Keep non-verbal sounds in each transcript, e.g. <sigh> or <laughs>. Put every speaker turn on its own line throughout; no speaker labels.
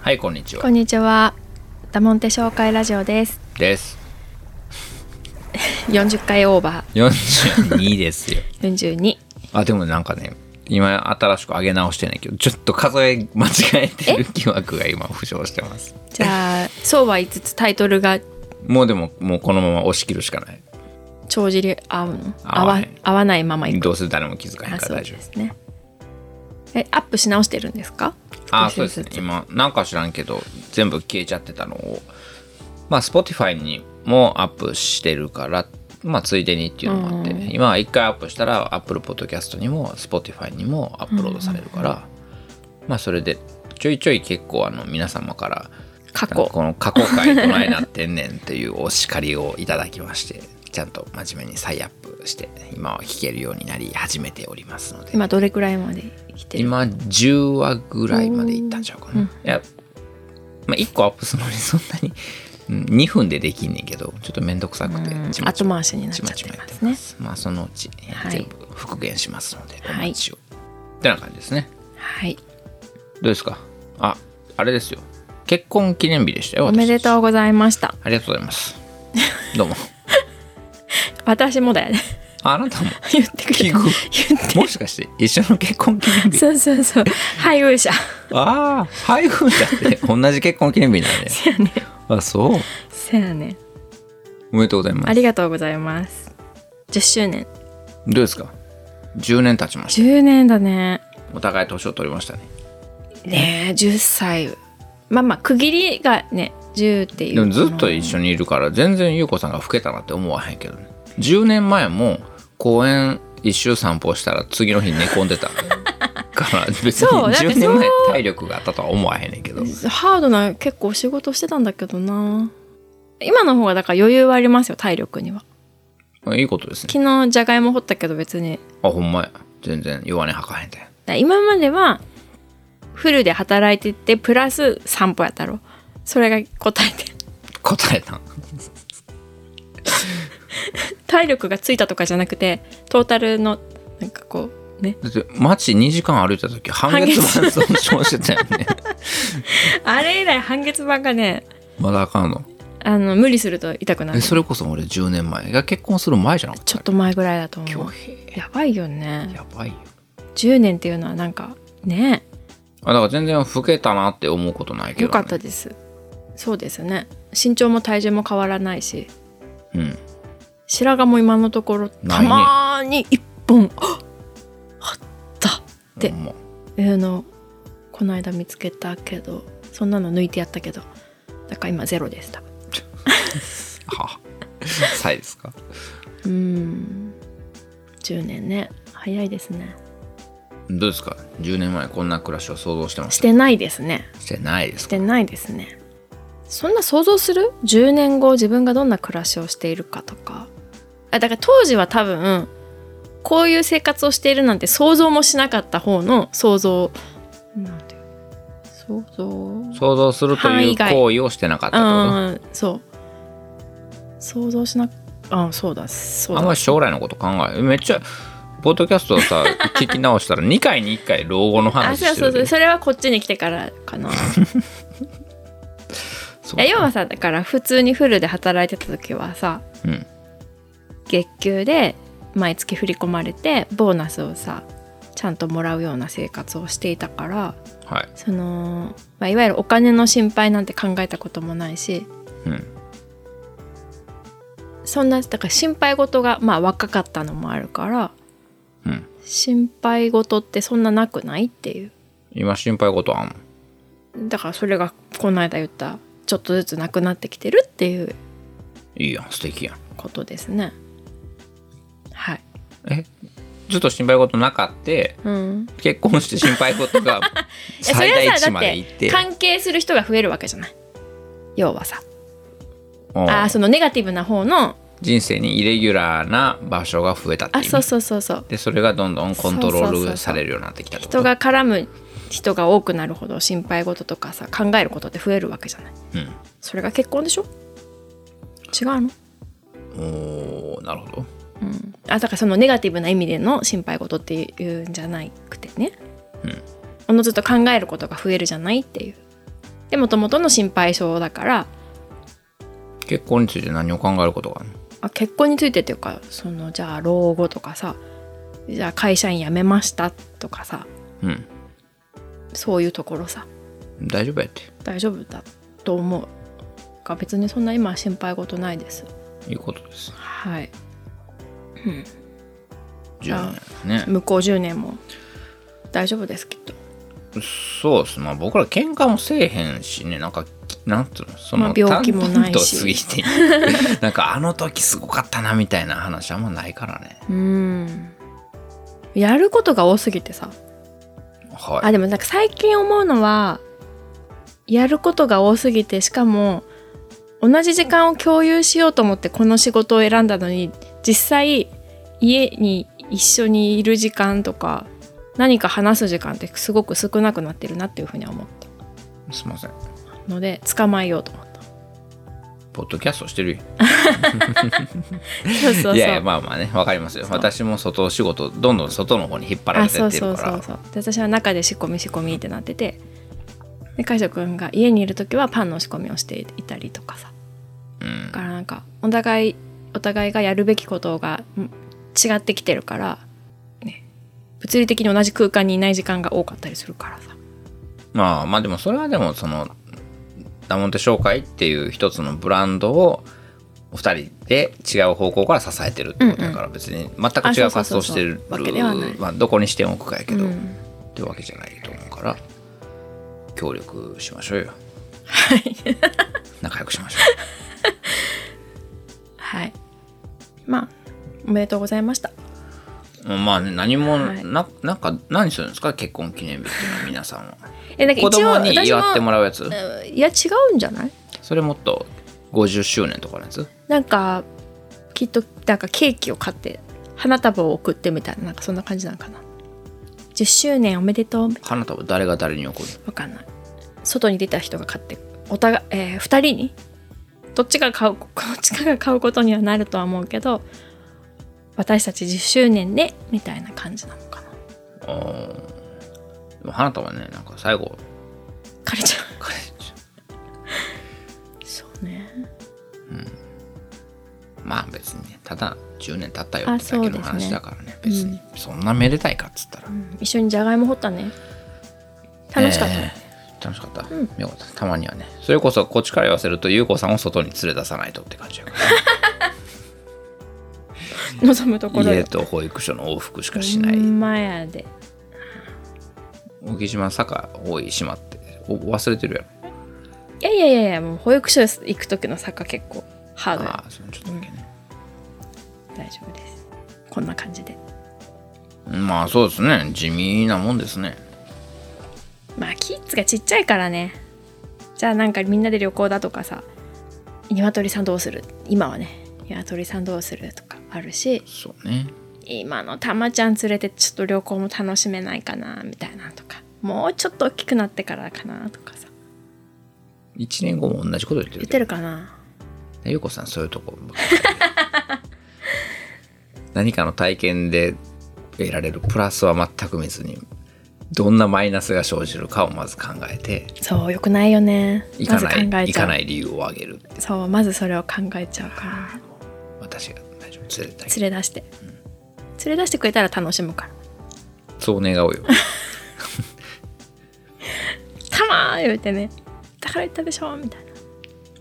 はいこんにち
こ
は
んにちは。ダモンテ紹介ラジオです。
です
40回オーバ
42です
<laughs>
よ
ー42。
あでもなんかね今新しく上げ直してないけどちょっと数え間違えてる疑惑が今浮上してます
じゃあ、そうは言いつつタイトルが
もうでももうこのまま押し切るしかない
帳尻合うの
合
合
わ
わ
へん
合わないままいく。
どうせ誰も気づかへん
あ、
か
そ
ら
う
大丈
で
夫
すね。え、アップし直してるんですか
あそ
少
うで
し
す
ず
ね
つ
今なんか知らんけど全部消えちゃってたのをまあ Spotify にもアップしてるからまあついでにっていうのもあって、
うん
今は一回アップしたら Apple Podcast にも Spotify にもアップロードされるから、まあそれでちょいちょい結構あの皆様から
過
なんか
去。
この過去回どないなってんねんっていうお叱りをいただきましてちゃんと真面目に再アップして今は弾けるようになり始めておりますので
今どれくらいまで来てる
今10話ぐらいまでいったんちゃうかな、いや、まあ、1個アップするのにそんなにうん2分でできんねんけどちょっと面倒くさくて
うん
ちまち
後
ま
回しになっ
ち
ちゃっ
まち
て
まやっ
ま
て
す
ま
ね。
すまあそのうち、えー
はい
全部復元しますのでお
はい
待ちを、ってな感じですね
はい。
どうですかああれですよ結婚記念日でしたよ
おめで
う
とうございました。
ありがとうございます <laughs> どうも
私もだよね。 <laughs>
あなたも
言ってくれ
奇
た。
遇
言って。
もしかして一緒の結婚記念日
<laughs> そうそうそう。配偶者。 <laughs>
ああ配布だって同じ結婚記念日
<laughs>
なんで
せやね。
あそう
せやね。
おめでとうございます
ありがとうございます。10周年。
どうですか10年経ちまし
10年だね。
たお互い年を取りましたね
ねえ、10歳。まあまあ、区切りがね、10っていう
で
の
も
も。
ずっと一緒にいるから全然優子さんが老けたなって思わへんけどね10年前も公園一周散歩したら次の日寝込んで
<laughs>
たから別に
そうだって
10年前
そう
体力があったとは思わへんねんけど
ハードな結構仕事してたんだけどな。今の方がだから余裕はありますよ、体力には。
いいことですね
昨日、じゃがいも掘ったけど別に。
あほんまや全然弱音吐かへんて
だから今までは、フルで働いてて、プラス散歩やったろ。それが答えて。 <laughs>
答えたん
体力がついたとかじゃなくて、トータルの、なんかこう、ね。
だって街2時間歩いた時半月板損傷してたよね
あれ以来半月板がね、
まだあかんの
あの、無理すると痛くな
え
る。
それこそ俺10年前が結婚する前じゃなかった
ちょっと前ぐらいだと思
恭
う。
平
やばいよね。
やばいよ
10年っていうのはなんかね、
あだから全然老けたなって思うことないけど、ね、
良かったです。そうですね。身長も体重も変わらないし、
うん
白髪も今のところ
ない
た
ね
まーに一本ああったっで
ほんま
ていうのをこの間見つけたけど、そんなの抜いてやったけど、だから今ゼロでした。
は歳ですか
うーん、10年ね、早いですね。
どうですか10年前こんな暮らしを想像してま
し
して
ないですね。
たしてないです
し
か
てないですねそんな想像する10年後自分がどんな暮らしをしているかとかあだから当時は多分こういう生活をしているなんて想像もしなかった方の想像なんていう想像
想像すると
範
いう
囲外
行為をしてなかったってこと
うんそう想像しなあそうだそう
あ
だ
んまり将来のこと考えめっちゃポッドキャストを
<laughs>
さ聞き直したら2回に1回老後の
あ
話
そう
して
そう
るで
そうそれはこっちに来てからかない
そう
や要はさだから普通にフルで働いてた時はさ
うん
月給で毎月振り込まれてボーナスをさちゃんともらうような生活をしていたから
はい
その、まあ、いわゆるお金の心配なんて考えたこともないし
うん
そんなだから心配事がまあ若かったのもあるから
うん
心配事ってそんななくないっていう
今心配事あんの
だからそれがこの間言ったちょっとずつなくなってきてるっていう
いいやん素敵やん
ことですねはい
えずっと心配事なかって
うん
結婚して心配事が
<laughs> いやそ
最
れ
大
はさ
値
だ
ま
っ
でいってて
関係する人が増えるわけじゃない要はさ
うん
あーそのネガティブな方の
人生にイレギュラーな場所が増えたっていう
あそうそうそうそう
でそれがどんどんコントロ
そうそう
ー
そうそ
ル
う
されるようになってきたってこと
人が絡む人が多くなるほど心配事とかさ考えることって増えるわけじゃないそれが結婚でしょ違うの
うん、おーなるほど
あだからそのネガティブな意味での心配事っていうんじゃなくてねおのずと考えることが増えるじゃないっていうでもともとの心配性だから
結婚について何を考えることがあるの
あ結婚についてっていうかそのじゃあ老後とかさじゃあ会社員辞めましたとかさ
うん
そういうところさ
大丈夫やって
大丈夫だと思うが別にそんな今は心配事ないです
いうことです
はい
10年ですね
向こう10年も大丈夫ですきっと
そうっすまあ僕ら喧嘩もせえへんしねなんかなんつうのその、
まあ病気もないし
淡々と過ぎて
<laughs>
なんかあの時すごかったなみたいな話あんまないからね
うんやることが多すぎてさ
はい
あでもなんか最近思うのはやることが多すぎてしかも同じ時間を共有しようと思ってこの仕事を選んだのに実際家に一緒にいる時間とか何か話す時間ってすごく少なくなってるなっていうふうに思っ
すいません
たので捕まえようと思った。
ポッドキャストしてるよ
そうそうそ
<laughs>
う
いやいやまあまあねわかりますよ
そう
私も外仕事どんどん外の方に引っ張ら
あ
れて
そ
っ
う
てるか
そ
ら
うそうそうで私は中で仕込み仕込みってなっててで海翔くんが家にいる時はパンの仕込みをしていたりとかさ
うん
だからなんかお互いお互いがやるべきことがん違ってきてるから、ね、物理的に同じ空間にいない時間が多かったりするからさ
まあまあでもそれはでもそのダモンテ商会っていう一つのブランドをお二人で違う方向から支えてるってことだから別に全く違う活動してる
あそうそうそうそうわけではない
まあ、どこに視点を置くかやけど、
うん
ってわけじゃないと思うから協力しましょうよ
はい
仲良くしましょ
<laughs> はいまあおめでとうございました
うもうまあね何もな,、
はい
なんか何するんですか結婚記念日っていうのは皆さんは
えなんか
子供に
私
祝っても
も
らうやつ
うんいや違うんじゃない
それもっと50周年とかのやつ
なんかきっとなんかケーキを買って花束を送ってみたいななんかそんな感じなのかな10周年おめでとう
花束誰が誰に送る
わかんない外に出た人が買ってお互い、えー、2人にどっちが買う <laughs> こっちかが買うことにはなるとは思うけど私たち10周年ねみたいな感じなのかな
あーでも花束ねなんか最後
枯れちゃう
彼氏
そうね
まあ別にねただ10年経ったよってだ
あそ
け
う
の
ですね
話だからね別にそんなめでたいかっつったら、
一緒にじゃがいも掘ったね楽しかった、
えー楽しかった、よかったたまにはねそれこそこっちから言わせると優子さんを外に連れ出さないとって感じやか
望むところ
ら
よ
家と保育所の往復しかし
ほ
ない
んまやで
小木島坂多い島ってお忘れてるやろ
いやいやいやいやもう保育所行く時の坂結構ハードや
ああそのちょっとだけね、
大丈夫ですこんな感じで
まあそうですね地味なもんですね
まあキッズがちっちゃいからねじゃあなんかみんなで旅行だとかさ鶏さんどうする今はね鶏さんどうするとかあるし
そうね
今のたまちゃん連れてちょっと旅行も楽しめないかなみたいなのとかもうちょっと大きくなってからかなとかさ
1年後も同じこと言って
言
るけ
って
ど
るかな
ね優子さんそういうとこ何かの体験で得られるプラスは全く見ずにどんなマイナスが生じるかをまず考えて
そうよくないよね
行かない、
まず考え
行
ちゃ
か
う
ない理由を挙げる
そうまずそれを考えちゃうから、ね、
私が大丈夫連れてって
連れ出して、連れ出してくれたら楽しむから
そう願おうよ
たまー言うてねだから言ったでしょみたいな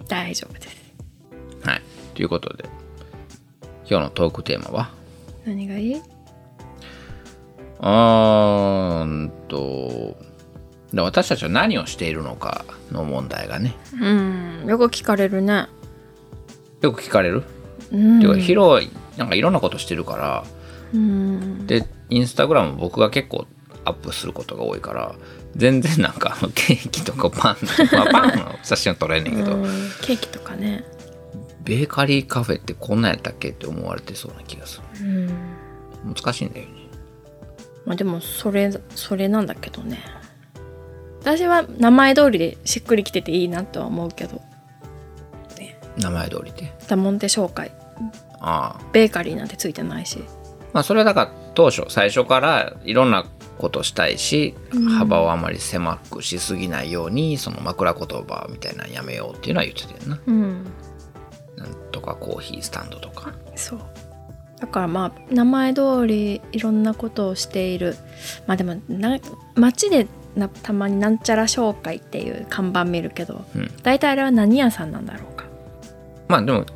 大丈夫です
はいということで今日のトークテーマは
何がいいう
ーんとで私たちは何をしているのかの問題がね
うんよく聞かれるね
よく聞かれる、
うん
ていうか広いなんかいろんなことしてるから
うん
でインスタグラム僕が結構アップすることが多いから全然なんかあのケーキとかパンと
<laughs>
か、まあ、パンの写真は撮れんねんけど、
うんケーキとかね
ベーカリーカフェってこんなんやったっけって思われてそうな気がする
うん
難しいんだよね
まあでもそれそれなんだけどね私は名前通りでしっくりきてていいなとは思うけど
名前通りで
ダモンテ紹介
ああ
ベーカリーなんてついてないし
まあそれはだから当初最初からいろんなことしたいし、
うん
幅をあまり狭くしすぎないようにその枕言葉みたいなのやめようっていうのは言ってたよな。
うん
なんとかコーヒースタンドとか。
そうだからまあ名前通りいろんなことをしているまあでもな街でなたまになんちゃら商会っていう看板見るけど
うん、
大体あれは何屋さんなんだろうか
まあでも多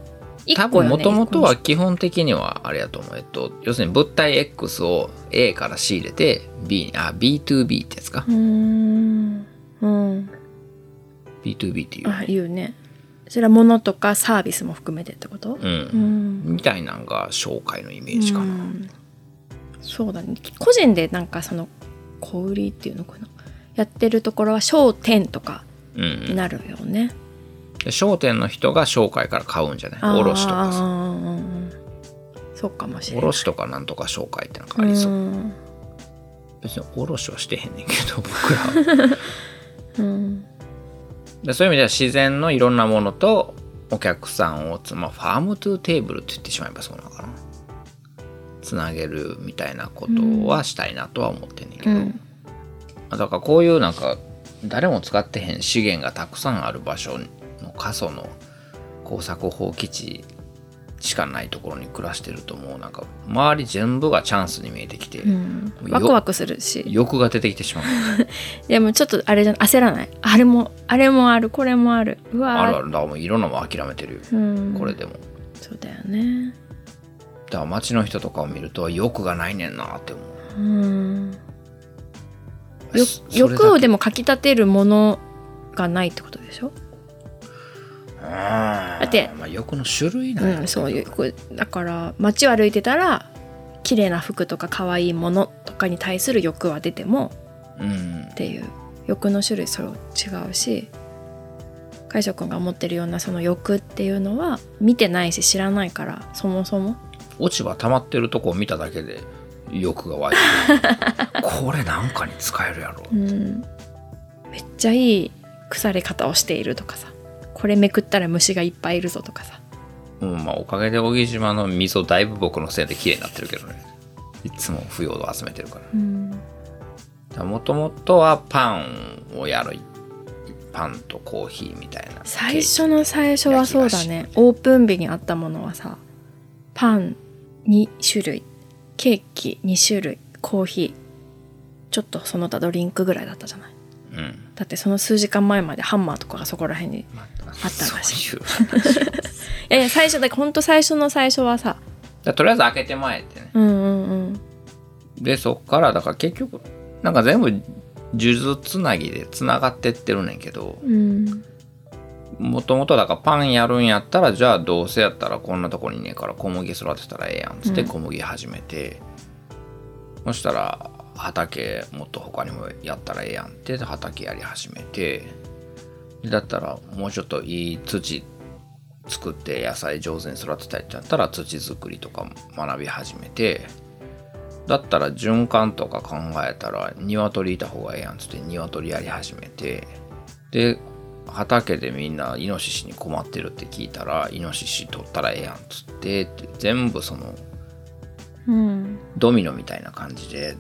一個
分
よ
も
ね
ともとは基本的にはあれやと思う。えっと、要するに物体 X を A から仕入れて B に、あ、B2B ってやつか
う。ーんうん、
B2B っていう。
あ言うねそれは物とかサービスも含めてってこと
う。
うんん、
みたいなんが紹介のイメージか
う
な。
んそうだね個人でなんかその小売りっていうのかなやってるところは商店とか
うん、
になるよね、
で商店の人が商会から買うんじゃない
あー
卸とかさ。
うんうんうんそうかもしれない
卸とかなんとか商会ってなんかありそう。
うん
別に卸はしてへんねんけど、 <laughs> 僕らは。
うん
でそういう意味では自然のいろんなものとお客さんをつ、まあ、ファームトゥーテーブルって言ってしまえばそうなのかな。つなげるみたいなことはしたいなとは思ってんねんけ
う
ど。
ん
だからこういうなんか誰も使ってへん資源がたくさんある場所の過疎の耕作放棄地しかないところに暮らしてるともうなんか周り全部がチャンスに見えてきて、
うん
よ
ワクワクするし
欲が出てきてしまう
でもちょっとあれじゃ焦らないあれもあれもあるこれもあるうわー
あるあるだからもういろんなもん諦めてるよ、
うん、
これでもだ
そうだよね
から街の人とかを見ると欲がないねんなって思う
うん
そ
よ
それだけ
欲をでもかきたてるものがないってことでしょ、
うんだ
って
まあ、欲の種類なんやろ
うん、そういうこうだから街を歩いてたら綺麗な服とか可愛いものとかに対する欲は出ても
うん
っていう欲の種類それ違うし海翔くんが持ってるようなその欲っていうのは見てないし知らないからそもそも
落ち葉溜まってるとこを見ただけで欲が湧いて
<laughs>
くるこれなんかに使えるやろ
うんめっちゃいい腐れ方をしているとかさこれめくったら虫がいっぱいいるぞとかさ
うん、まあおかげで小木島の溝だいぶ僕のせいで綺麗になってるけどねいつも腐葉土集めてるか
うん
らもともとはパンをやるパンとコーヒーみたいな
最初の最初はそうだねオープン日にあったものはさパン2種類ケーキ2種類コーヒーちょっとその他ドリンクぐらいだったじゃない
ケーキうん
だってその数時間前までハンマーとかがそこら辺にい
まあ
らし
そういう
やいや最初だからほんと最初の最初はさ
だとりあえず開けて前ってね
うんうんうん
でそっからだから結局なんか全部数珠つなぎでつながってってるねんけど
うん
もともとだからパンやるんやったらじゃあどうせやったらこんなとこにねえから小麦育てたらええやんっつって
うん
小麦始めて、そしたら畑もっと他にもやったらええやんって畑やり始めてでだったらもうちょっといい土作って野菜上手に育てたいってなったら土作りとかも学び始めてだったら循環とか考えたら鶏いた方がええやんっつって鶏やり始めてで畑でみんなイノシシに困ってるって聞いたらイノシシ取ったらええやんっつってって全部その
うん
ドミノみたいな感じで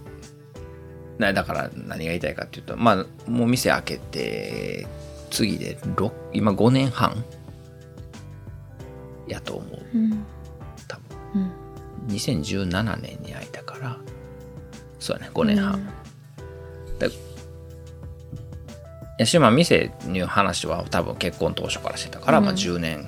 なだから何が言いたいかっていうとまあもう店開けて次でろく今5年半やと思う
うん
多分
うん
2017年に開いたからそうやね5年半、でやしまあ店に話は多分結婚当初からしてたから、
うん
まあ10年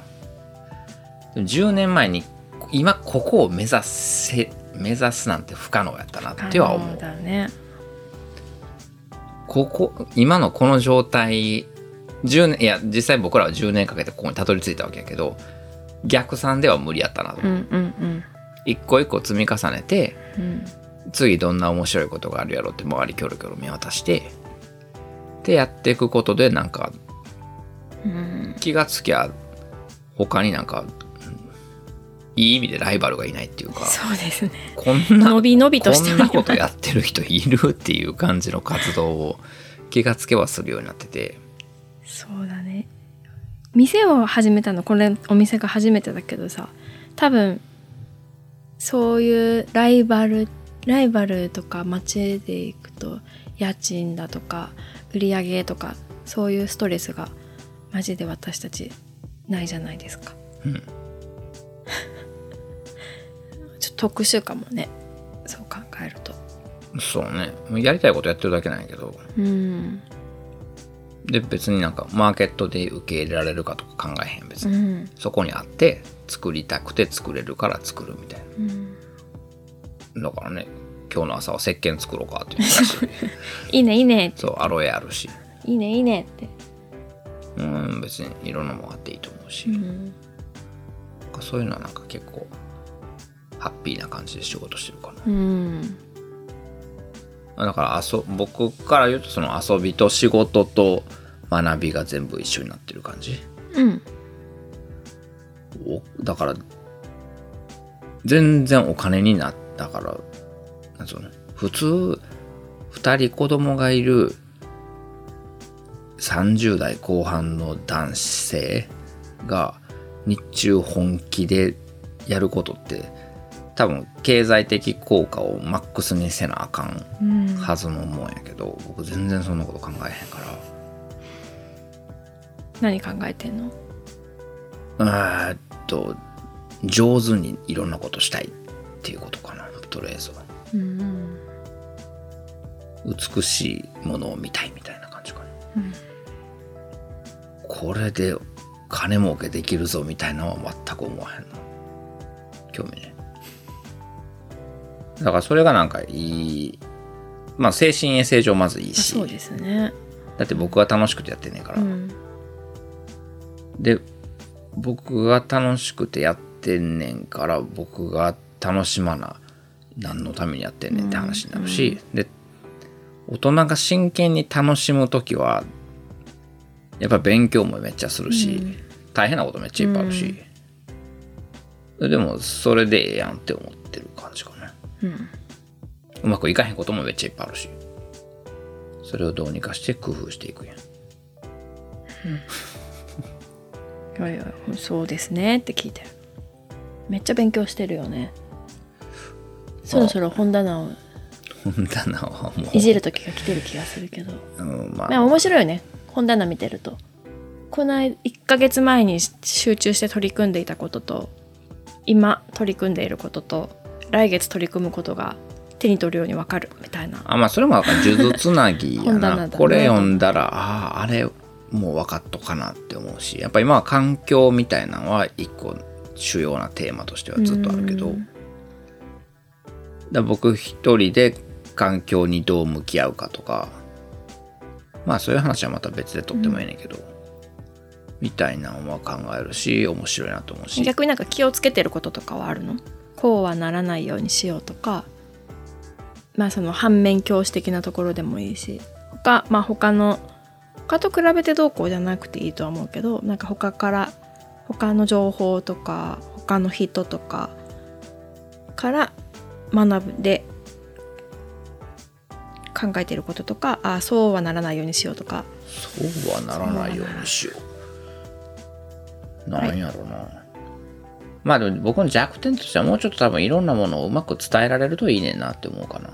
でも10年前に今ここを目指せ目指すなんて不可能やったなっては思
そううだね
ここ今のこの状態10年いや実際僕らは10年かけてここにたどり着いたわけやけど逆算では無理やったなと、
うんうんうん
一個一個積み重ねて
うん
次どんな面白いことがあるやろって周りキョロキョロ見渡してでやっていくことでなんか
うん
気がつきゃ他になんかいい意味でライバルがいないっていうか
そうですね
こんな
伸び伸びとし
こ
て
んなことやってる人いるっていう感じの活動を気がつけばするようになってて
そうだね店を始めたのこれお店が初めてだけどさ多分そういうライバルライバルとか街で行くと家賃だとか売り上げとかそういうストレスがマジで私たちないじゃないですか
うん
ちょっと特殊かもねそう考えると
そうねもうやりたいことやってるだけなんやけど
うん
で別になんかマーケットで受け入れられるかとか考えへん別
う
に、
ん
そこにあって作りたくて作れるから作るみたい
うん
なだからね今日の朝は石鹸作ろうかって言った
<laughs>
し
いいねいいね
そうアロエあるし
いいねいいねっ
う
て、
ん別にいろんなもんあっていいと思うし、
うん、
なんかそういうのはなんか結構ハッピーな感じで仕事してるかな
うん
あだから遊僕から言うとその遊びと仕事と学びが全部一緒になってる感じ
うん
おだから全然お金になったからなんつうの普通2人子供がいる30代後半の男性が日中本気でやることって多分経済的効果をマックスにせなあかん
うん
はずのもんやけど僕全然そんなこと考えへんから。
何考えてんの
えーっと上手にいろんなことしたいっていうことかなとりあえずは
うん
美しいものを見たいみたいな感じかな、これで金儲けできるぞみたいなのは全く思わへんな興味ねだからそれがなんかいいまあ精神衛生上まずいい
あ
し
そうですね
だって僕は楽しくてやってんねえから、
うん
で僕が楽しくてやってんねんから僕が楽しまな何のためにやってんねんって話になるし、で大人が真剣に楽しむ時はやっぱ勉強もめっちゃするし、大変なことめっちゃいっぱいあるし、でもそれでええやんって思ってる感じかな
うん
うまくいかへんこともめっちゃいっぱいあるしそれをどうにかして工夫していくやん <laughs>
いやいやそうですねって聞いてるめっちゃ勉強してるよねそろそろ本棚を
本棚はもう
いじる時が来てる気がするけど
うんまあ
でも面白いよね本棚見てるとこの間1ヶ月前に集中して取り組んでいたことと今取り組んでいることと来月取り組むことが手に取るように分かるみたいな
あまあそれもわかる数珠つなぎや
本棚だ
な、
ね
これ読んだらあああれもう分かっとかなって思うしやっぱ今は環境みたいなのは一個主要なテーマとしてはずっとあるけど
う
だか
ん
ら僕一人で環境にどう向き合うかとかまあそういう話はまた別でとってもいいねんけど、みたいなのは考えるし面白いなと思うし
逆になんか気をつけてることとかはあるのこうはならないようにしようとかまあその反面教師的なところでもいいし他まあ他の他と比べてどうこうじゃなくていいとは思うけどなんか他から他の情報とか他の人とかから学ぶで考えてることとかああそうはならないようにしようとか
そうはならないようにしよう。なんやろな。まあでも僕の弱点としてはもうちょっと多分いろんなものをうまく伝えられるといいねんなって思うかな。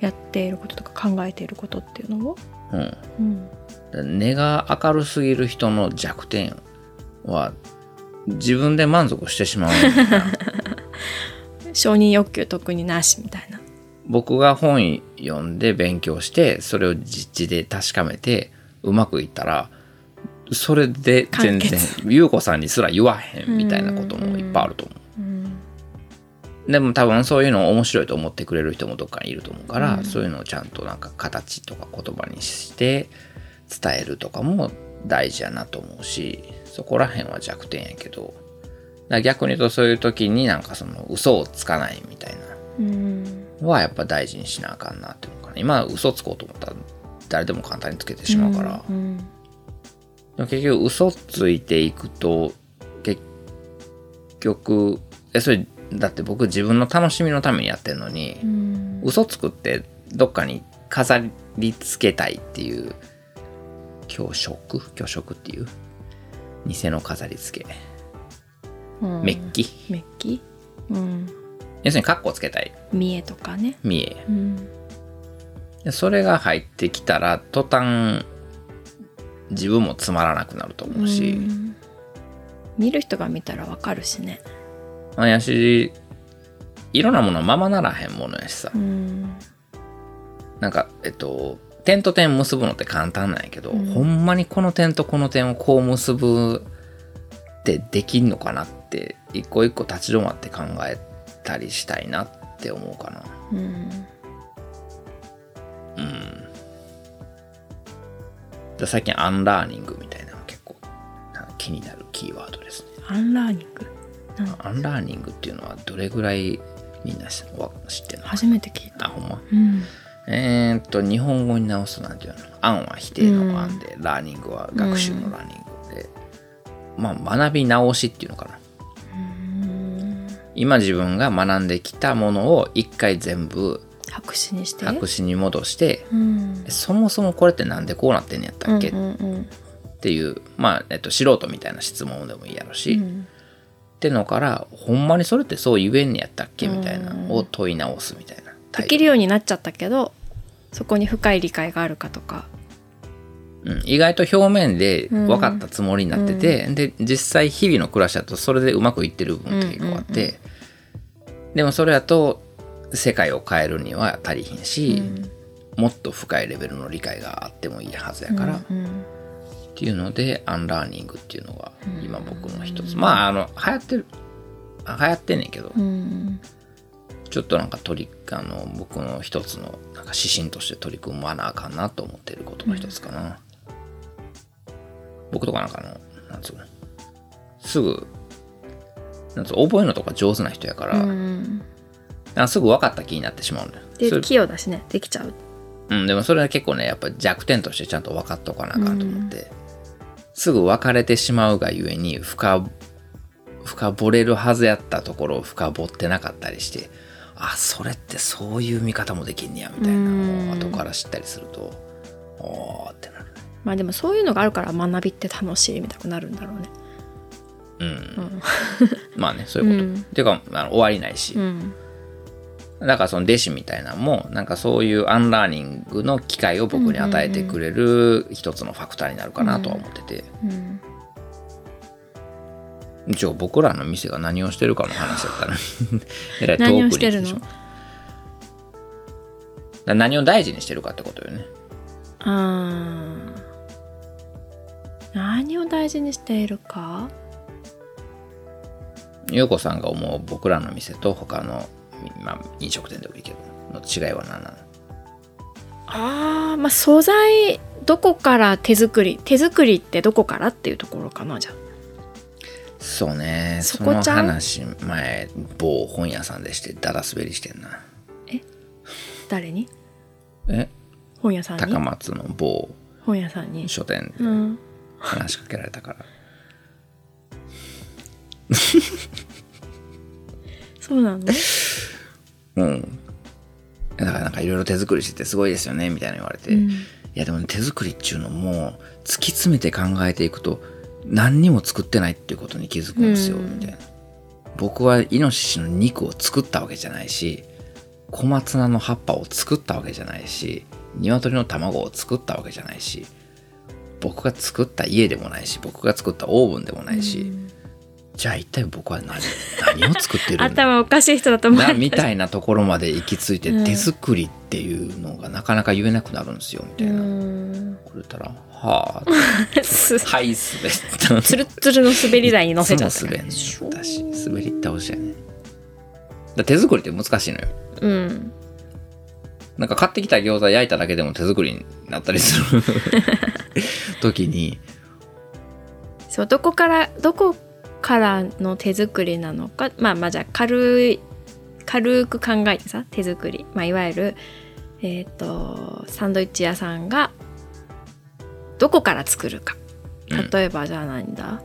やっていることとか考えていることっていうのを、
うん。
うん、
根が明るすぎる人の弱点は自分で満足してしまうねんな。
承認欲求特になしみたいな。
僕が本読んで勉強してそれを実地で確かめてうまくいったらそれで全
完
然優子さんにすら言わへんみたいなこともいっぱいあると思う。でも多分そういうのを面白いと思ってくれる人もどっかにいると思うから、そういうのをちゃんとなんか形とか言葉にして伝えるとかも大事やなと思うしそこら辺は弱点やけどだから逆に言うとそういう時になんかその嘘をつかないみたい
うん
なのはやっぱ大事にしなあかんなって思うから今嘘つこうと思ったら誰でも簡単につけてしまうから、
うん
でも結局嘘ついていくと結局えそれだって僕自分の楽しみのためにやってんのに、
うん
嘘つくってどっかに飾り付けたいっていう虚飾虚飾っていう偽の飾り付け
うん
メッキ
メッキうん
要するにカッコをつけたい
見栄とかね、
三重
うん、
でそれが入ってきたら途端自分もつまらなくなると思うし、
うん見る人が見たらわかるしね
まあやしいろんなものままならへんものやしさ、
うん
なんかえっと点と点結ぶのって簡単なんやけど、
うん
ほんまにこの点とこの点をこう結ぶってできんのかなって一個一個立ち止まって考えたりしたいなって思うかな。
うん
で最近アンラーニングみたいなの結構なんか気になるキーワードですね。
アンラーニング
アンラーニングっていうのはどれぐらいみんな知わ知ってんの
初めて聞いた
あほんま
うん
えー、っと日本語に直すとなんていうの「案」は否定の「案」で「ラーニング」は学習の「ラーニングで」まあ学び直しっていうのかな
うん
今自分が学んできたものを一回全部
白紙にして
白紙に戻して
うん
そもそもこれってなんでこうなってんのやったっけ
う
っ
んうん
ていうまあ、えっと、素人みたいな質問でもいいやろし、
う
っ
ん
てのからほんまにそれってそう言えんのやったっけみたいな
うん
のを問い直すみたいな
できるようになっちゃったけどそこに深い理解があるかとか
うん、意外と表面で分かったつもりになってて、で実際日々の暮らしだとそれでうまくいってる部分って結構あって、でもそれだと世界を変えるには足りひんし、もっと深いレベルの理解があってもいいはずやから、っ
うん
ていうのでアンラーニングっていうのが今僕の一つ、
うん
まああの流行ってるあ流行ってんねんけど、
うん
ちょっとなんか取りあの僕の一つのなんか指針として取り組まなあかんなと思ってることの一つかな、僕とかなんかあのなんつうのすぐなんつうの覚えるのとか上手な人やから、
うん
あすぐ分かった気になってしまうんだよそ
で
れ
器用だしねできちゃう
うん、でもそれは結構ねやっぱ弱点としてちゃんと分かっとかなあかんと思って、すぐ別れてしまうがゆえに深深掘れるはずやったところを深掘ってなかったりしてあそれってそういう見方もできんねやみたいな
うん
のを後から知ったりするとおーってなる
まあでもそういうのがあるから学びって楽しいみたくなるんだろうね
うん、
ん
<laughs> まあねそういうこと、
うん
っていうかあの終わりないし、
うん
だからその弟子みたいなのもなんかそういうアンラーニングの機会を僕に与えてくれる一つのファクターになるかなとは思ってて、
うん
一応僕らの店が何をしてるかの話だった
<laughs>
らえらい
何を
遠く
してる
に
の
しょだから何を大事にしてるかってことよね
あー何を大事にしているか
優子さんが思う僕らの店と他の、まあ、飲食店でもいいけどの違いは何なの
あーまあ素材どこから手作り手作りってどこからっていうところかなじゃあ
そうね
そ
そ
こ
の
ちゃう
話前某本屋さんでしてだだ滑りしてんな
誰に
え
本屋さんに
高松の某
本屋さんに、
書店で
うん、
話しかけられたから
そうなんだ、ね、
うん。だからなんかいろいろ手作りしててすごいですよねみたいな言われて、
うん
いやでも手作りっちゅうのも突き詰めて考えていくと何にも作ってないっていうことに気づくんですよ、
うん
みたいな。僕はイノシシの肉を作ったわけじゃないし小松菜の葉っぱを作ったわけじゃないし鶏の卵を作ったわけじゃないし僕が作った家でもないし僕が作ったオーブンでもないし、じゃあ一体僕は何何を作ってるんだ
<laughs> 頭おかしい人だと思う
なみたいなところまで行き着いて、
うん
手作りっていうのがなかなか言えなくなるんですよみたいな、こ <laughs>
うん
れ言ったら「はあ」
す
はい滑った」
つるっつるの滑り台に乗せちゃっ
い
た
つも
から
滑んねん私滑り倒しやねだ手作りって難しいのよ
うん
なんか買ってきた餃子焼いただけでも手作りになったりす
<laughs>
る時に
そうどこからどこからの手作りなのかまあまあじゃあ軽い軽く考えてさ手作り、まあ、いわゆるえっ、とサンドイッチ屋さんがどこから作るか
うん
例えばじゃあ何だ、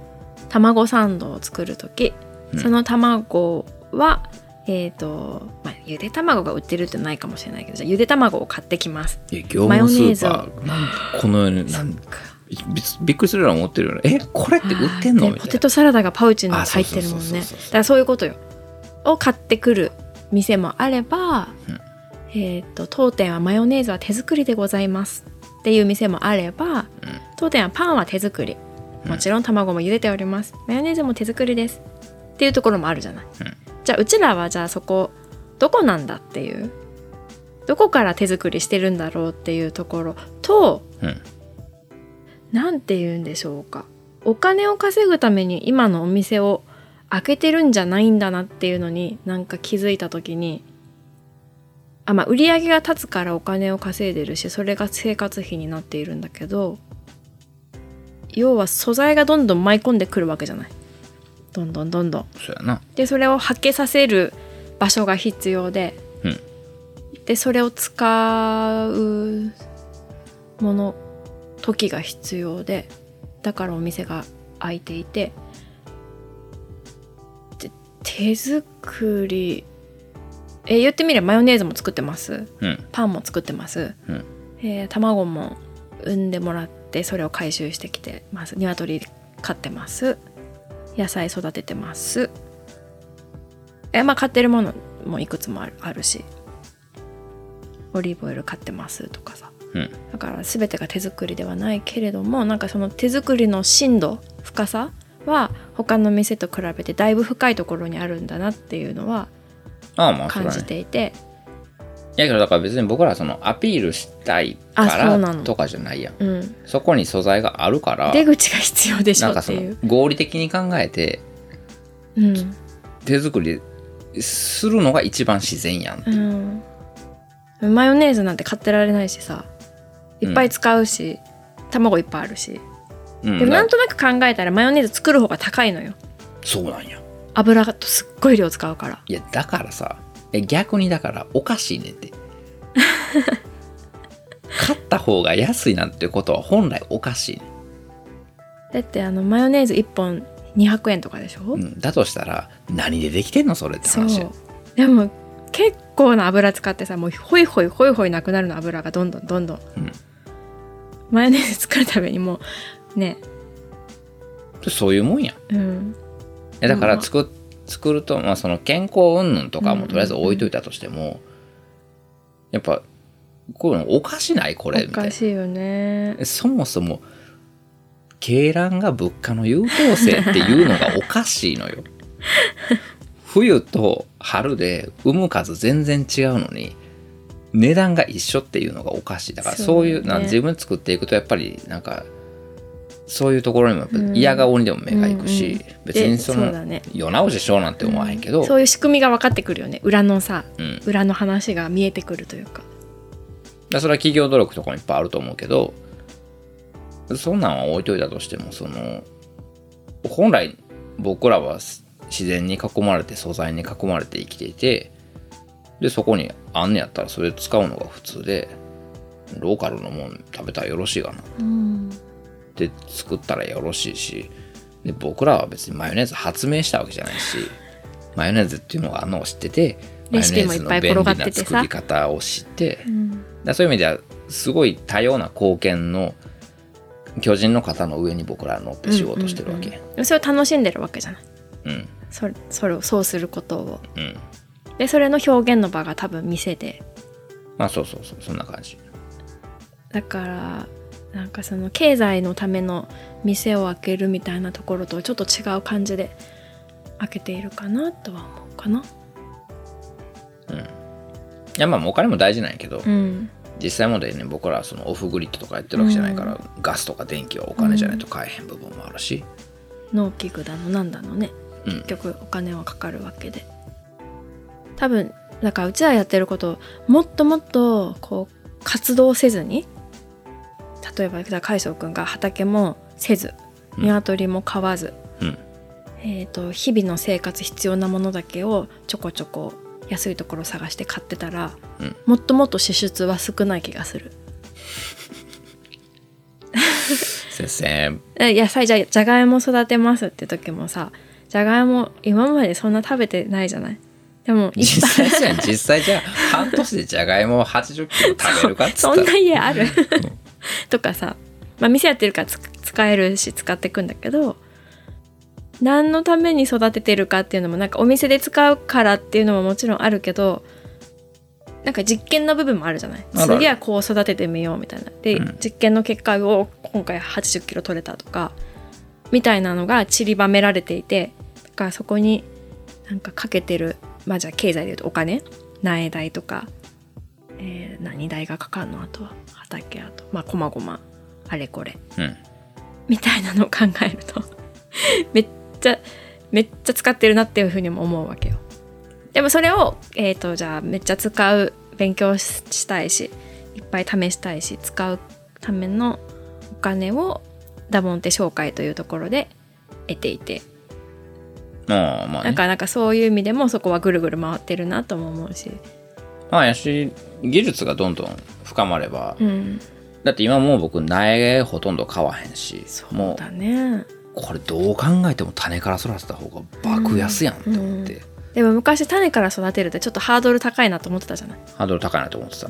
卵サンドを作る時
うん
その卵は、えっ、と、まあ、ゆで卵が売ってるってないかもしれないけどじゃあゆで卵を買ってきます
いや業
マヨ
務
ネ
ス
ーズ
ー
を
パーなんでこの世になんびびっくりするような思ってるよねえこれって売ってんの
あ
み
ーで
たい
ポテ
な
トサラダがパウチに入ってるも
あ
ん
そうそうそう
ね
そうそう
だからそういうことよを買ってくる店もあれば、
うん
えっと当店はマヨネーズは手作りでございますっていう店もあれば、
うん
当店はパンは手作り
うん
もちろん卵も茹でております、マヨネーズも手作りですっていうところもあるじゃない、
うん
じゃあうちらはじゃあそこどこなんだっていうどこから手作りしてるんだろうっていうところと
うん
なんて言うんでしょうかお金を稼ぐために今のお店を開けてるんじゃないんだなっていうのになんか気づいた時にあまあ売り上げが立つからお金を稼いでるしそれが生活費になっているんだけど要は素材がどんどん舞い込んでくるわけじゃないどんどんどんどん
そうやな
でそれを発揮させる場所が必要で、
うん
でそれを使うもの時が必要でだからお店が開いていてで手作りえ言ってみればマヨネーズも作ってます
うん
パンも作ってます、
うん
えー卵も産んでもらってそれを回収してきてます鶏飼ってます野菜育ててますえまあ買ってるものもいくつもあるあるしオリーブオイル買ってますとかさ
うん
だから全てが手作りではないけれどもなんかその手作りの深度深さは他の店と比べてだいぶ深いところにあるんだなっていうのは
ああまあそう
感
だ
じ
ね
ていて、
いやけどだから別に僕らはそのアピールしたいか
あそうな
ら
の
とかじゃないやん
うん、
そこに素材があるから
出口が必要でし
な
ょ
んか
っ
そ
てい
の
う。
合理的に考えて
うん
手作りするのが一番自然やん、
うん、マヨネーズなんて買ってられないしさいっぱい使うし、卵いっぱいあるし
うん
でも
だ
なんとなく考えたらマヨネーズ作る方が高いのよ
そうなんや
油がとすっごい量使うから
いやだからさえ逆にだからおかしいねん
<laughs>
って買った方が安いなんてことは本来おかしいね
だってあのマヨネーズ1本200円とかでしょ、
ん、うん、だとしたら何でできてんのそれって
そう
話や
でも結構な油使ってさもうホイホイホイホイなくなるの油がどんどんどんどん、
うん
マヨネーズ作るためにもうね
そういうもんや
うん
えだか
ま
ら
あ
作,、作ると、まあ、その健康云々とかもとりあえず置いといたとしても、やっぱこういうのおかしないこれ
お
みたい
かしいよね
なそもそも鶏卵が物価の優等生っていうのがおかしいの
<laughs>
よ冬と春で産む数全然違うのに値段が一緒っていうのがおかしいだから
そ
そうう
ね
いうなん自分で作っていくとやっぱりなんかそういうところにもやっぱ嫌顔にでも目がいくし、
うん
別に
で
そうの
だね
世直ししようなんて思わへんけど、
そういう仕組みが分かってくるよね裏のさ
うん、だか
裏の話が見えてくるというか、
らそれは企業努力とかもいっぱいあると思うけどそんなんは置いといたとしてもその本来僕らは自然に囲まれて素材に囲まれて生きていてでそこにあんねやったらそれ使うのが普通でローカルのもん食べたらよろしいかなって作ったらよろしいしで僕らは別にマヨネーズ発明したわけじゃないしマヨネーズっていうのがあるのを知ってて
レシピもいっぱい転がっ
マヨ
ててさ
ネーズの便利な作り方を知ってだからそういう意味ではすごい多様な貢献の巨人の方の上に僕らは乗って仕事してるわけ
それを楽しんでるわけじゃない
うん
それそれをそうすることを
うん
でそれの表現の場が多分店で
まあそうそうそうそんな感じ
だからなんかその経済のための店を開けるみたいなところとちょっと違う感じで開けているかなとは思うかな。
いやまあお金も大事なんやけど、
うん、
実際問題ね僕らはそのオフグリッドとかやってるわけじゃないから、ガスとか電気はお金じゃないと買えへん部分もあるし、
農機具だのなんだのね
うん
結局お金はかかるわけで多分だからうちらやってることをもっともっとこう活動せずに例えばだから海藻くんが畑もせず
うん
鶏も飼わず、
うん
えー、と日々の生活必要なものだけをちょこちょこ安いところ探して買ってたら、
うん
もっともっと支出は少ない気がする
先生
え野菜じゃじゃがいも育てますって時もさじゃがいも今までそんな食べてないじゃないでもいっ
実
ぱい
際じゃん実際じゃあ半年でじゃがいもを80キロ食べるかっつった
<laughs> そ
ら
んな家あるとかさ、まあ、店やってるからつ使えるし使ってくんだけど何のために育ててるかっていうのもなんかお店で使うからっていうのももちろんあるけどなんか実験の部分もあるじゃない
あるある
次はこう育ててみようみたいなで、
うん
実験の結果を今回8 0キロ取れたとかみたいなのが散りばめられていてだからそこになんかかけてるまあじゃあ経済でいうとお金苗代とか、えー何代がかかるのあとは畑あとまあこまごまあれこれ
うん
みたいなのを考えると <laughs> めっちゃめっちゃ使ってるなっていうふうにも思うわけよでもそれを、えー、とじゃあめっちゃ使う勉強ししたいしいっぱい試したいし使うためのお金をダモンテ商会というところで得ていて
まあまあ
な
ね
んかなんかそういう意味でもそこはぐるぐる回ってるなとも思うし
まあやし技術がどんどん深まれば、
うん
だって今もう僕苗ほとんど買わへんし
そう
も
だね
うこれどう考えても種から育てた方が爆安やんって思って、
でも昔種から育てるってちょっとハードル高いなと思ってたじゃない、
ハードル高いなと思ってた、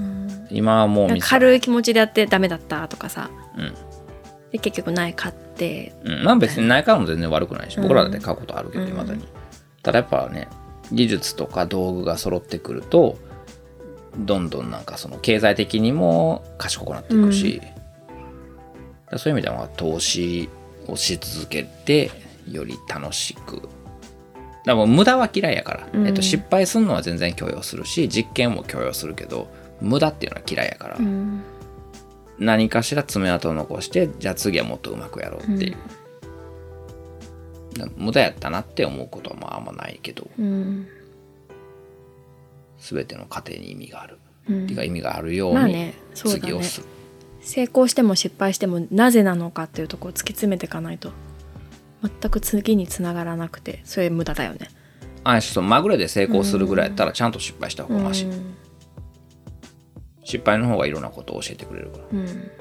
今はもう
なん
見
か
つかる
軽い気持ちでやってダメだったとかさ
うん
で結局苗買って
うん、まあ別にないからも全然悪くないし、
うん
僕らだって買うことあるけど、
うん
未だに。ただやっぱね、技術とか道具が揃ってくると、どんどんなんかその経済的にも賢くなっていくし、だからそういう意味ではまあ投資をし続けて、より楽しく。だからもう無駄は嫌いやから、
うん
えっと、失敗するのは全然許容するし、実験も許容するけど、無駄っていうのは嫌いやから、
うん
何かしら爪痕を残して、じゃあ次はもっとうまくやろうっていう。無駄やったなって思うことはまああんまないけど
うん
全ての過程に意味がある、
う
って
ん
いうか意味があるよ
ま
う
あ
に
ねそうだ
次を
ね
する、
成功しても失敗してもなぜなのかっていうところを突き詰めていかないと全く次につながらなくてそれ無駄だよね
ああそうまぐれで成功するぐらいやったらちゃんと失敗した方がマシ、
うん
失敗の方がいろんなことを教えてくれるから
うん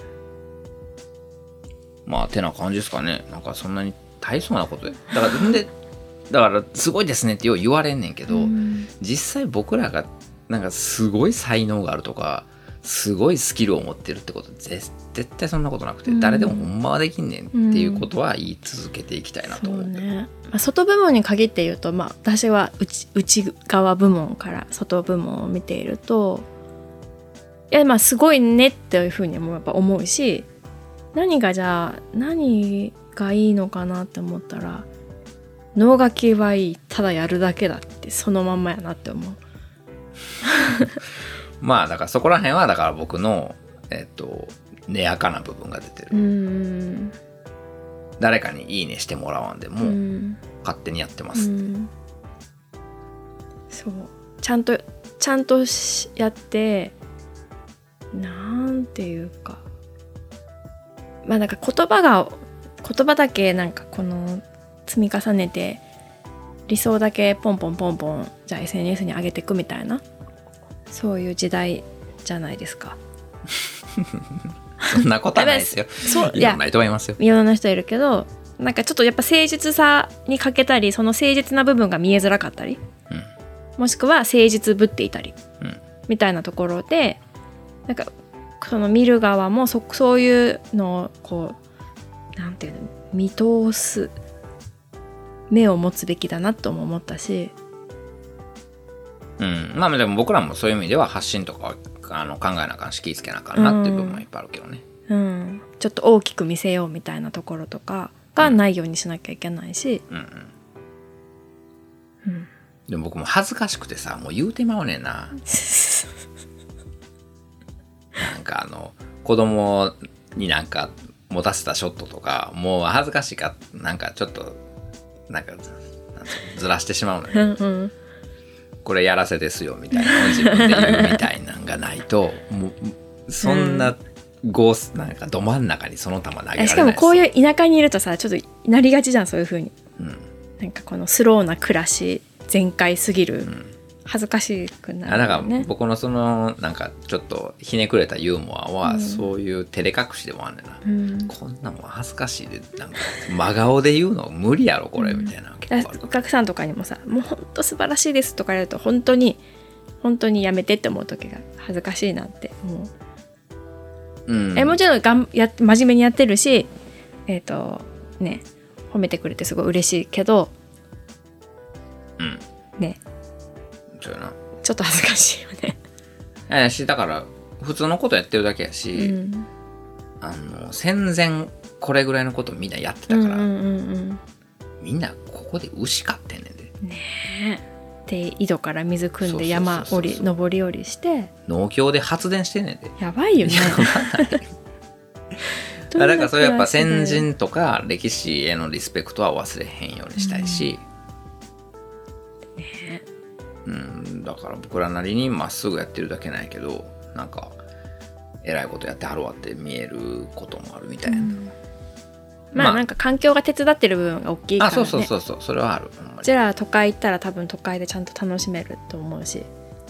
まあてな感じですかねなんかそんなに大層なことでだからんでだからすごいですねってよう言われんねんけど、
うん
実際僕らがなんかすごい才能があるとかすごいスキルを持ってるってことぜ絶対そんなことなくて、
うん
誰でもほんまはできんねんっていうことは言い続けていきたいなと
そ
思う
うね、まあ、外部門に限って言うと、まあ、私は内内側部門から外部門を見ているといやまあすごいねっていうふうにもやっぱ思うし何がじゃあ何がいいのかなって思ったら脳書きはいいただやるだけだってそのまんまやなって思う。
まあだからそこら辺はだから僕のえっと根やかな部分が出てる、
うん
誰かに「いいね」してもらわんで
う
も、
ん
勝手にやってま
う
す、
ん、そうちゃんとちゃんとしやってなんていうかまあなんか言葉が言葉だけなんかこの積み重ねて理想だけポンポンポンポンじゃあ SNS に上げていくみたいなそういう時代じゃないですか。
そんなことはないですよ
そうい
いろ
<laughs> や
んないと思いますよ
いろんな人いるけどなんかちょっとやっぱ誠実さに欠けたりその誠実な部分が見えづらかったり
うん
もしくは誠実ぶっていたり、
うん
みたいなところでなんかその見る側もそそういうのをこうなんていうの見通す目を持つべきだなとも思ったし、
うん、まあでも僕らもそういう意味では発信とかはあの考えなあかんし気ぃつけなあかんなっていう部分もいっぱいあるけどね、
うん、ちょっと大きく見せようみたいなところとかがないようにしなきゃいけないし、
うんうん
うん、
でも僕も恥ずかしくてさもう言うてまうねんななんかあの子供になんか持たせたショットとかもう恥ずかしいからなんかちょっとなんかなんつうのずらしてしまうのよ
うんうん
これやらせですよみたいな自分で言うみたいなんがないともうそんなゴースなんかど真ん中にその球投げられない
しかもこう
う、
いう田舎にいるとさちょっとなりがちじゃんそういう風に
うん、
なんかこのスローな暮らし全開すぎる、
ん
恥ずかしくな
あ
る
だ
よ
から
ね
僕のそのなんかちょっとひねくれたユーモアは、
うん
そういう照れ隠しでもあんねんな、
うんだか
こんなんもう恥ずかしいでなんか真顔で言うの無理やろこれ
うん
みたいなの結
ら
構ある
お客さんとかにもさ「もうほんと素晴らしいです」とか言うと本当に本当にやめてって思う時が恥ずかしいなって思う、
うん
えもちろんがんや真面目にやってるしえっ、とね褒めてくれてすごい嬉しいけど
うん
ね
そうやな
ちょっと恥ずかしいよね。
いやいやしだから普通のことやってるだけやし、
うん
あの戦前これぐらいのことみんなやって
う
た
んう
か
ん
ら、
うんうん
みんなここで牛飼ってんねんで
で井戸から水汲んで山
そうそうそうそう
降り登り降りして
農協で発電してんねんで
やばいよね。どん
あ
な
だからそれやっぱ
暮らしだよ
先人とか歴史へのリスペクトは忘れへんようにしたいし、うんだから僕らなりにまっすぐやってるだけなんやけどなんかえらいことやってはるわって見えることもあるみたいな、
まあなんか環境が手伝ってる部分が大きいから
あ
ね。
そうそうそうそうそれはあるほんま
う
に
ちらは都会行ったら多分都会でちゃんと楽しめると思うし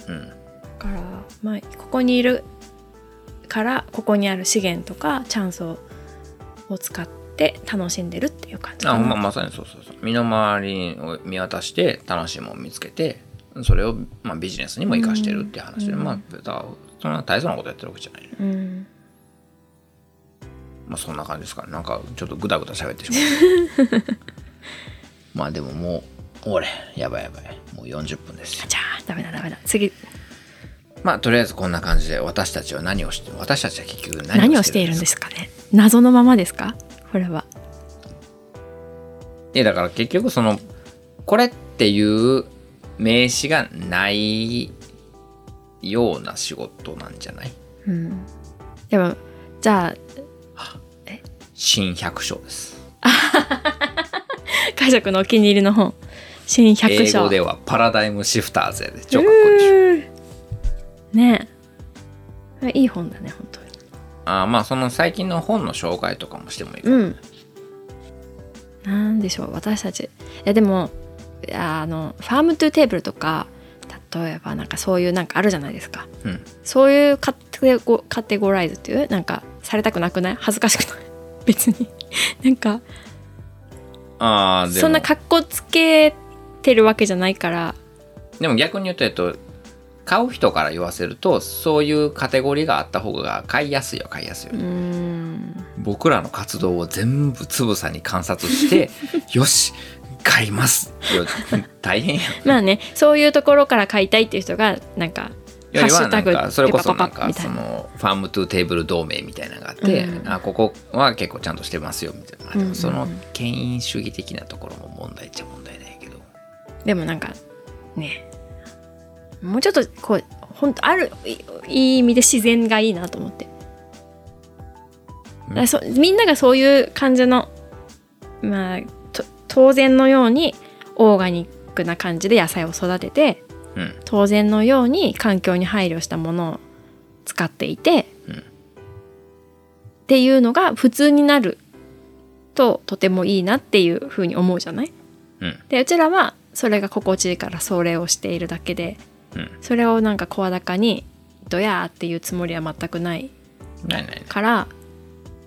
うん
だからまあここにいるからここにある資源とかチャンスをを使って楽しんでるっていう感じ
あ
か
ほん
な。
ままさにそうそうそう身の回りを見渡して楽しいもん見つけてそれを、まあ、ビジネスにも生かしてるっていう話で、
うん
まあだからそんな大層なことやってるわけじゃない、
うん、
まあ、そんな感じですからなんかちょっとグダグダ喋ってしまう <laughs> まあでももう俺やばいやばいもう40分ですよ
じゃあダメだダメだ次
まあとりあえずこんな感じで私たちは何をして私たちは結局何を
何をしているんですかね謎のままですかこれは。
いやだから結局そのこれっていう名詞がないような仕事なんじゃない
うん、でもじゃあ
新百姓です
解釈のお気に入りの本「新百
英語
姓」
ではパラダイムシフターズやで超かっこいいでしょ
ねえいい本だね本当に
あーまあその最近の本の紹介とかもしてもいいかな、
うんなんでしょう私たちいやでもいやあのファームトゥーテーブルとか例えばなんかそういうなんかあるじゃないですか
うん
そういうカテゴカテゴライズっていうなんかされたくなくない恥ずかしくない <laughs> 別になんか
ああでも
そんなかっこつけてるわけじゃないから
でも逆に言うと、えっと、買う人から言わせるとそういうカテゴリーがあった方が買いやすいよ買いやすいよ、
うーん
僕らの活動を全部つぶさに観察して
<laughs>
よし買いますよ大変やん
まあねそういうところから買いたいっていう人がなんか
よりはなん
ハッシュタ
か
グ
それこそなん
ペパパパ
か
みたい
そ
な
のファームトゥーテーブル同盟みたいなのがあって、
うん
あここは結構ちゃんとしてますよみたいな、まあで
うんうんう
も
ん
その権威主義的なところも問題っちゃ問題ないけど
でもなんかねもうちょっとこう本当あるいいい意味で自然がいいなと思って、
うん
だからそみんながそういう感じのまあと当然のようにオーガニックな感じで野菜を育てて
うん
当然のように環境に配慮したものを使っていて、
うん
っていうのが普通になるととてもいいなっていうふうに思うじゃない
うん
でうちらはそれが心地いいからそれをしているだけで
うん
それをなんか声高に「ドヤー」っていうつもりは全くない
ないないない
から、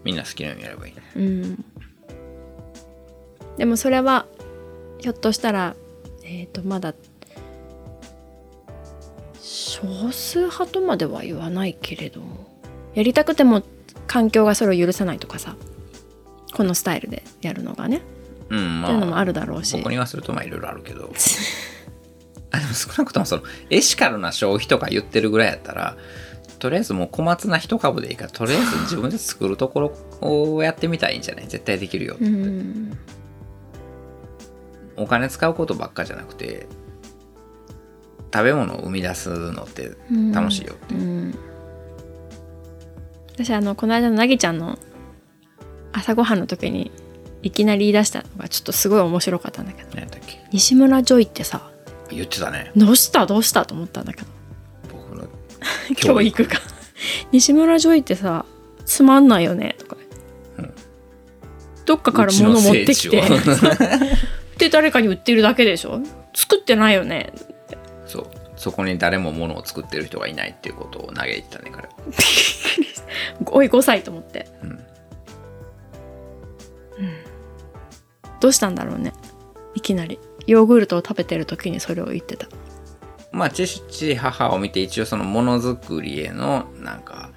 みんな好きなようにやればいいね
うん、でもそれはひょっとしたら、えー、とまだ少数派とまでは言わないけれどもやりたくても環境がそれを許さないとかさこのスタイルでやるのがね、
うん
っていうの
ま
も
あ
あるだろうし。
僕に言わせるとまあいろいろあるけどあでも少なくともそのエシカルな消費とか言ってるぐらいやったらとりあえずもう小松菜一株でいいからとりあえず自分で作るところをやってみたらいいんじゃない絶対できるよ、
うん
お金使うことばっかじゃなくて食べ物を生み出すのって楽しいよって、
うん、私あのこの間のなぎちゃんの朝ごはんの時にいきなり言い出したのがちょっとすごい面白かったんだけど
何やったっけ
西村ジョイってさ
言ってたね
どうしたどうしたと思ったんだけど
<laughs> 僕
<laughs>
の
教
教
育
育
が西村ジョイってさつまんないよねとか、
うん
どっかから物持ってきて
うちの聖地を
<laughs>
<laughs>
で誰かに売ってるだけでしょ作ってないよね
そうそこに誰も物を作ってる人がいないっていうことを嘆いてたね彼は
おい5歳と思って
うん
どうしたんだろうねいきなりヨーグルトを食べてる時にそれを言ってた
まあ父母を見て一応そのものづくりへのなんか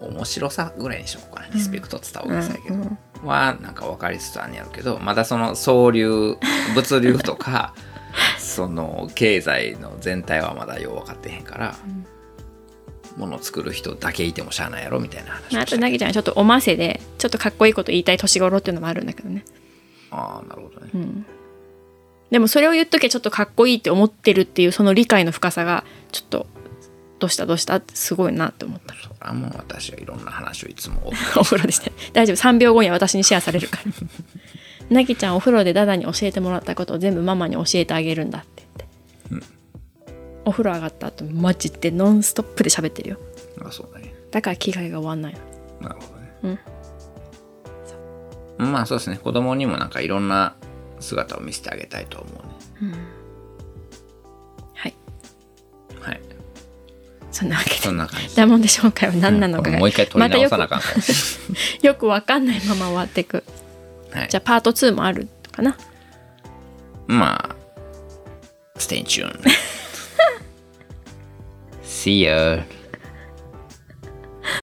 面白さぐらいにしようかなリスペクトって言った方
う
が
ん
いいけど、
うん
はなんか分かりつつあるんやろうけどまだその総流物流とかその経済の全体はまだよう分かってへんから、物を作る人だけいてもしゃあないやろみたいな話
ま
を
ああ
した
となぎちゃんはちょっとおませでちょっとかっこいいこと言いたい年頃っていうのもあるんだけどね
ああなるほどね、
うんでもそれを言っときゃちょっとかっこいいって思ってるっていうその理解の深さがちょっとどうしたどうしたってすごいなって <laughs> 思った
そらもう私はいろんな話をいつも
お風呂でして大丈夫3秒後には私にシェアされるからなぎちゃんお風呂でダダに教えてもらったことを全部ママに教えてあげるんだって言って、お風呂上がった後マジでノンストップで喋ってるよ
まあそうだね
だから着替えが終わんないの
なるほどね、まあそうですね子供にもなんかいろんな姿を見せてあげたいと思うね
はい
はい
そんなわけ
そ
で
んな感じ
ダイモンド紹介は <laughs> 何なのか
うんこれ
が、
もう一回取り直さなあかんから、
よくわかんないまま終わってく
はい
じゃあパート2もあるかな
まあ、stay tuned. See ya.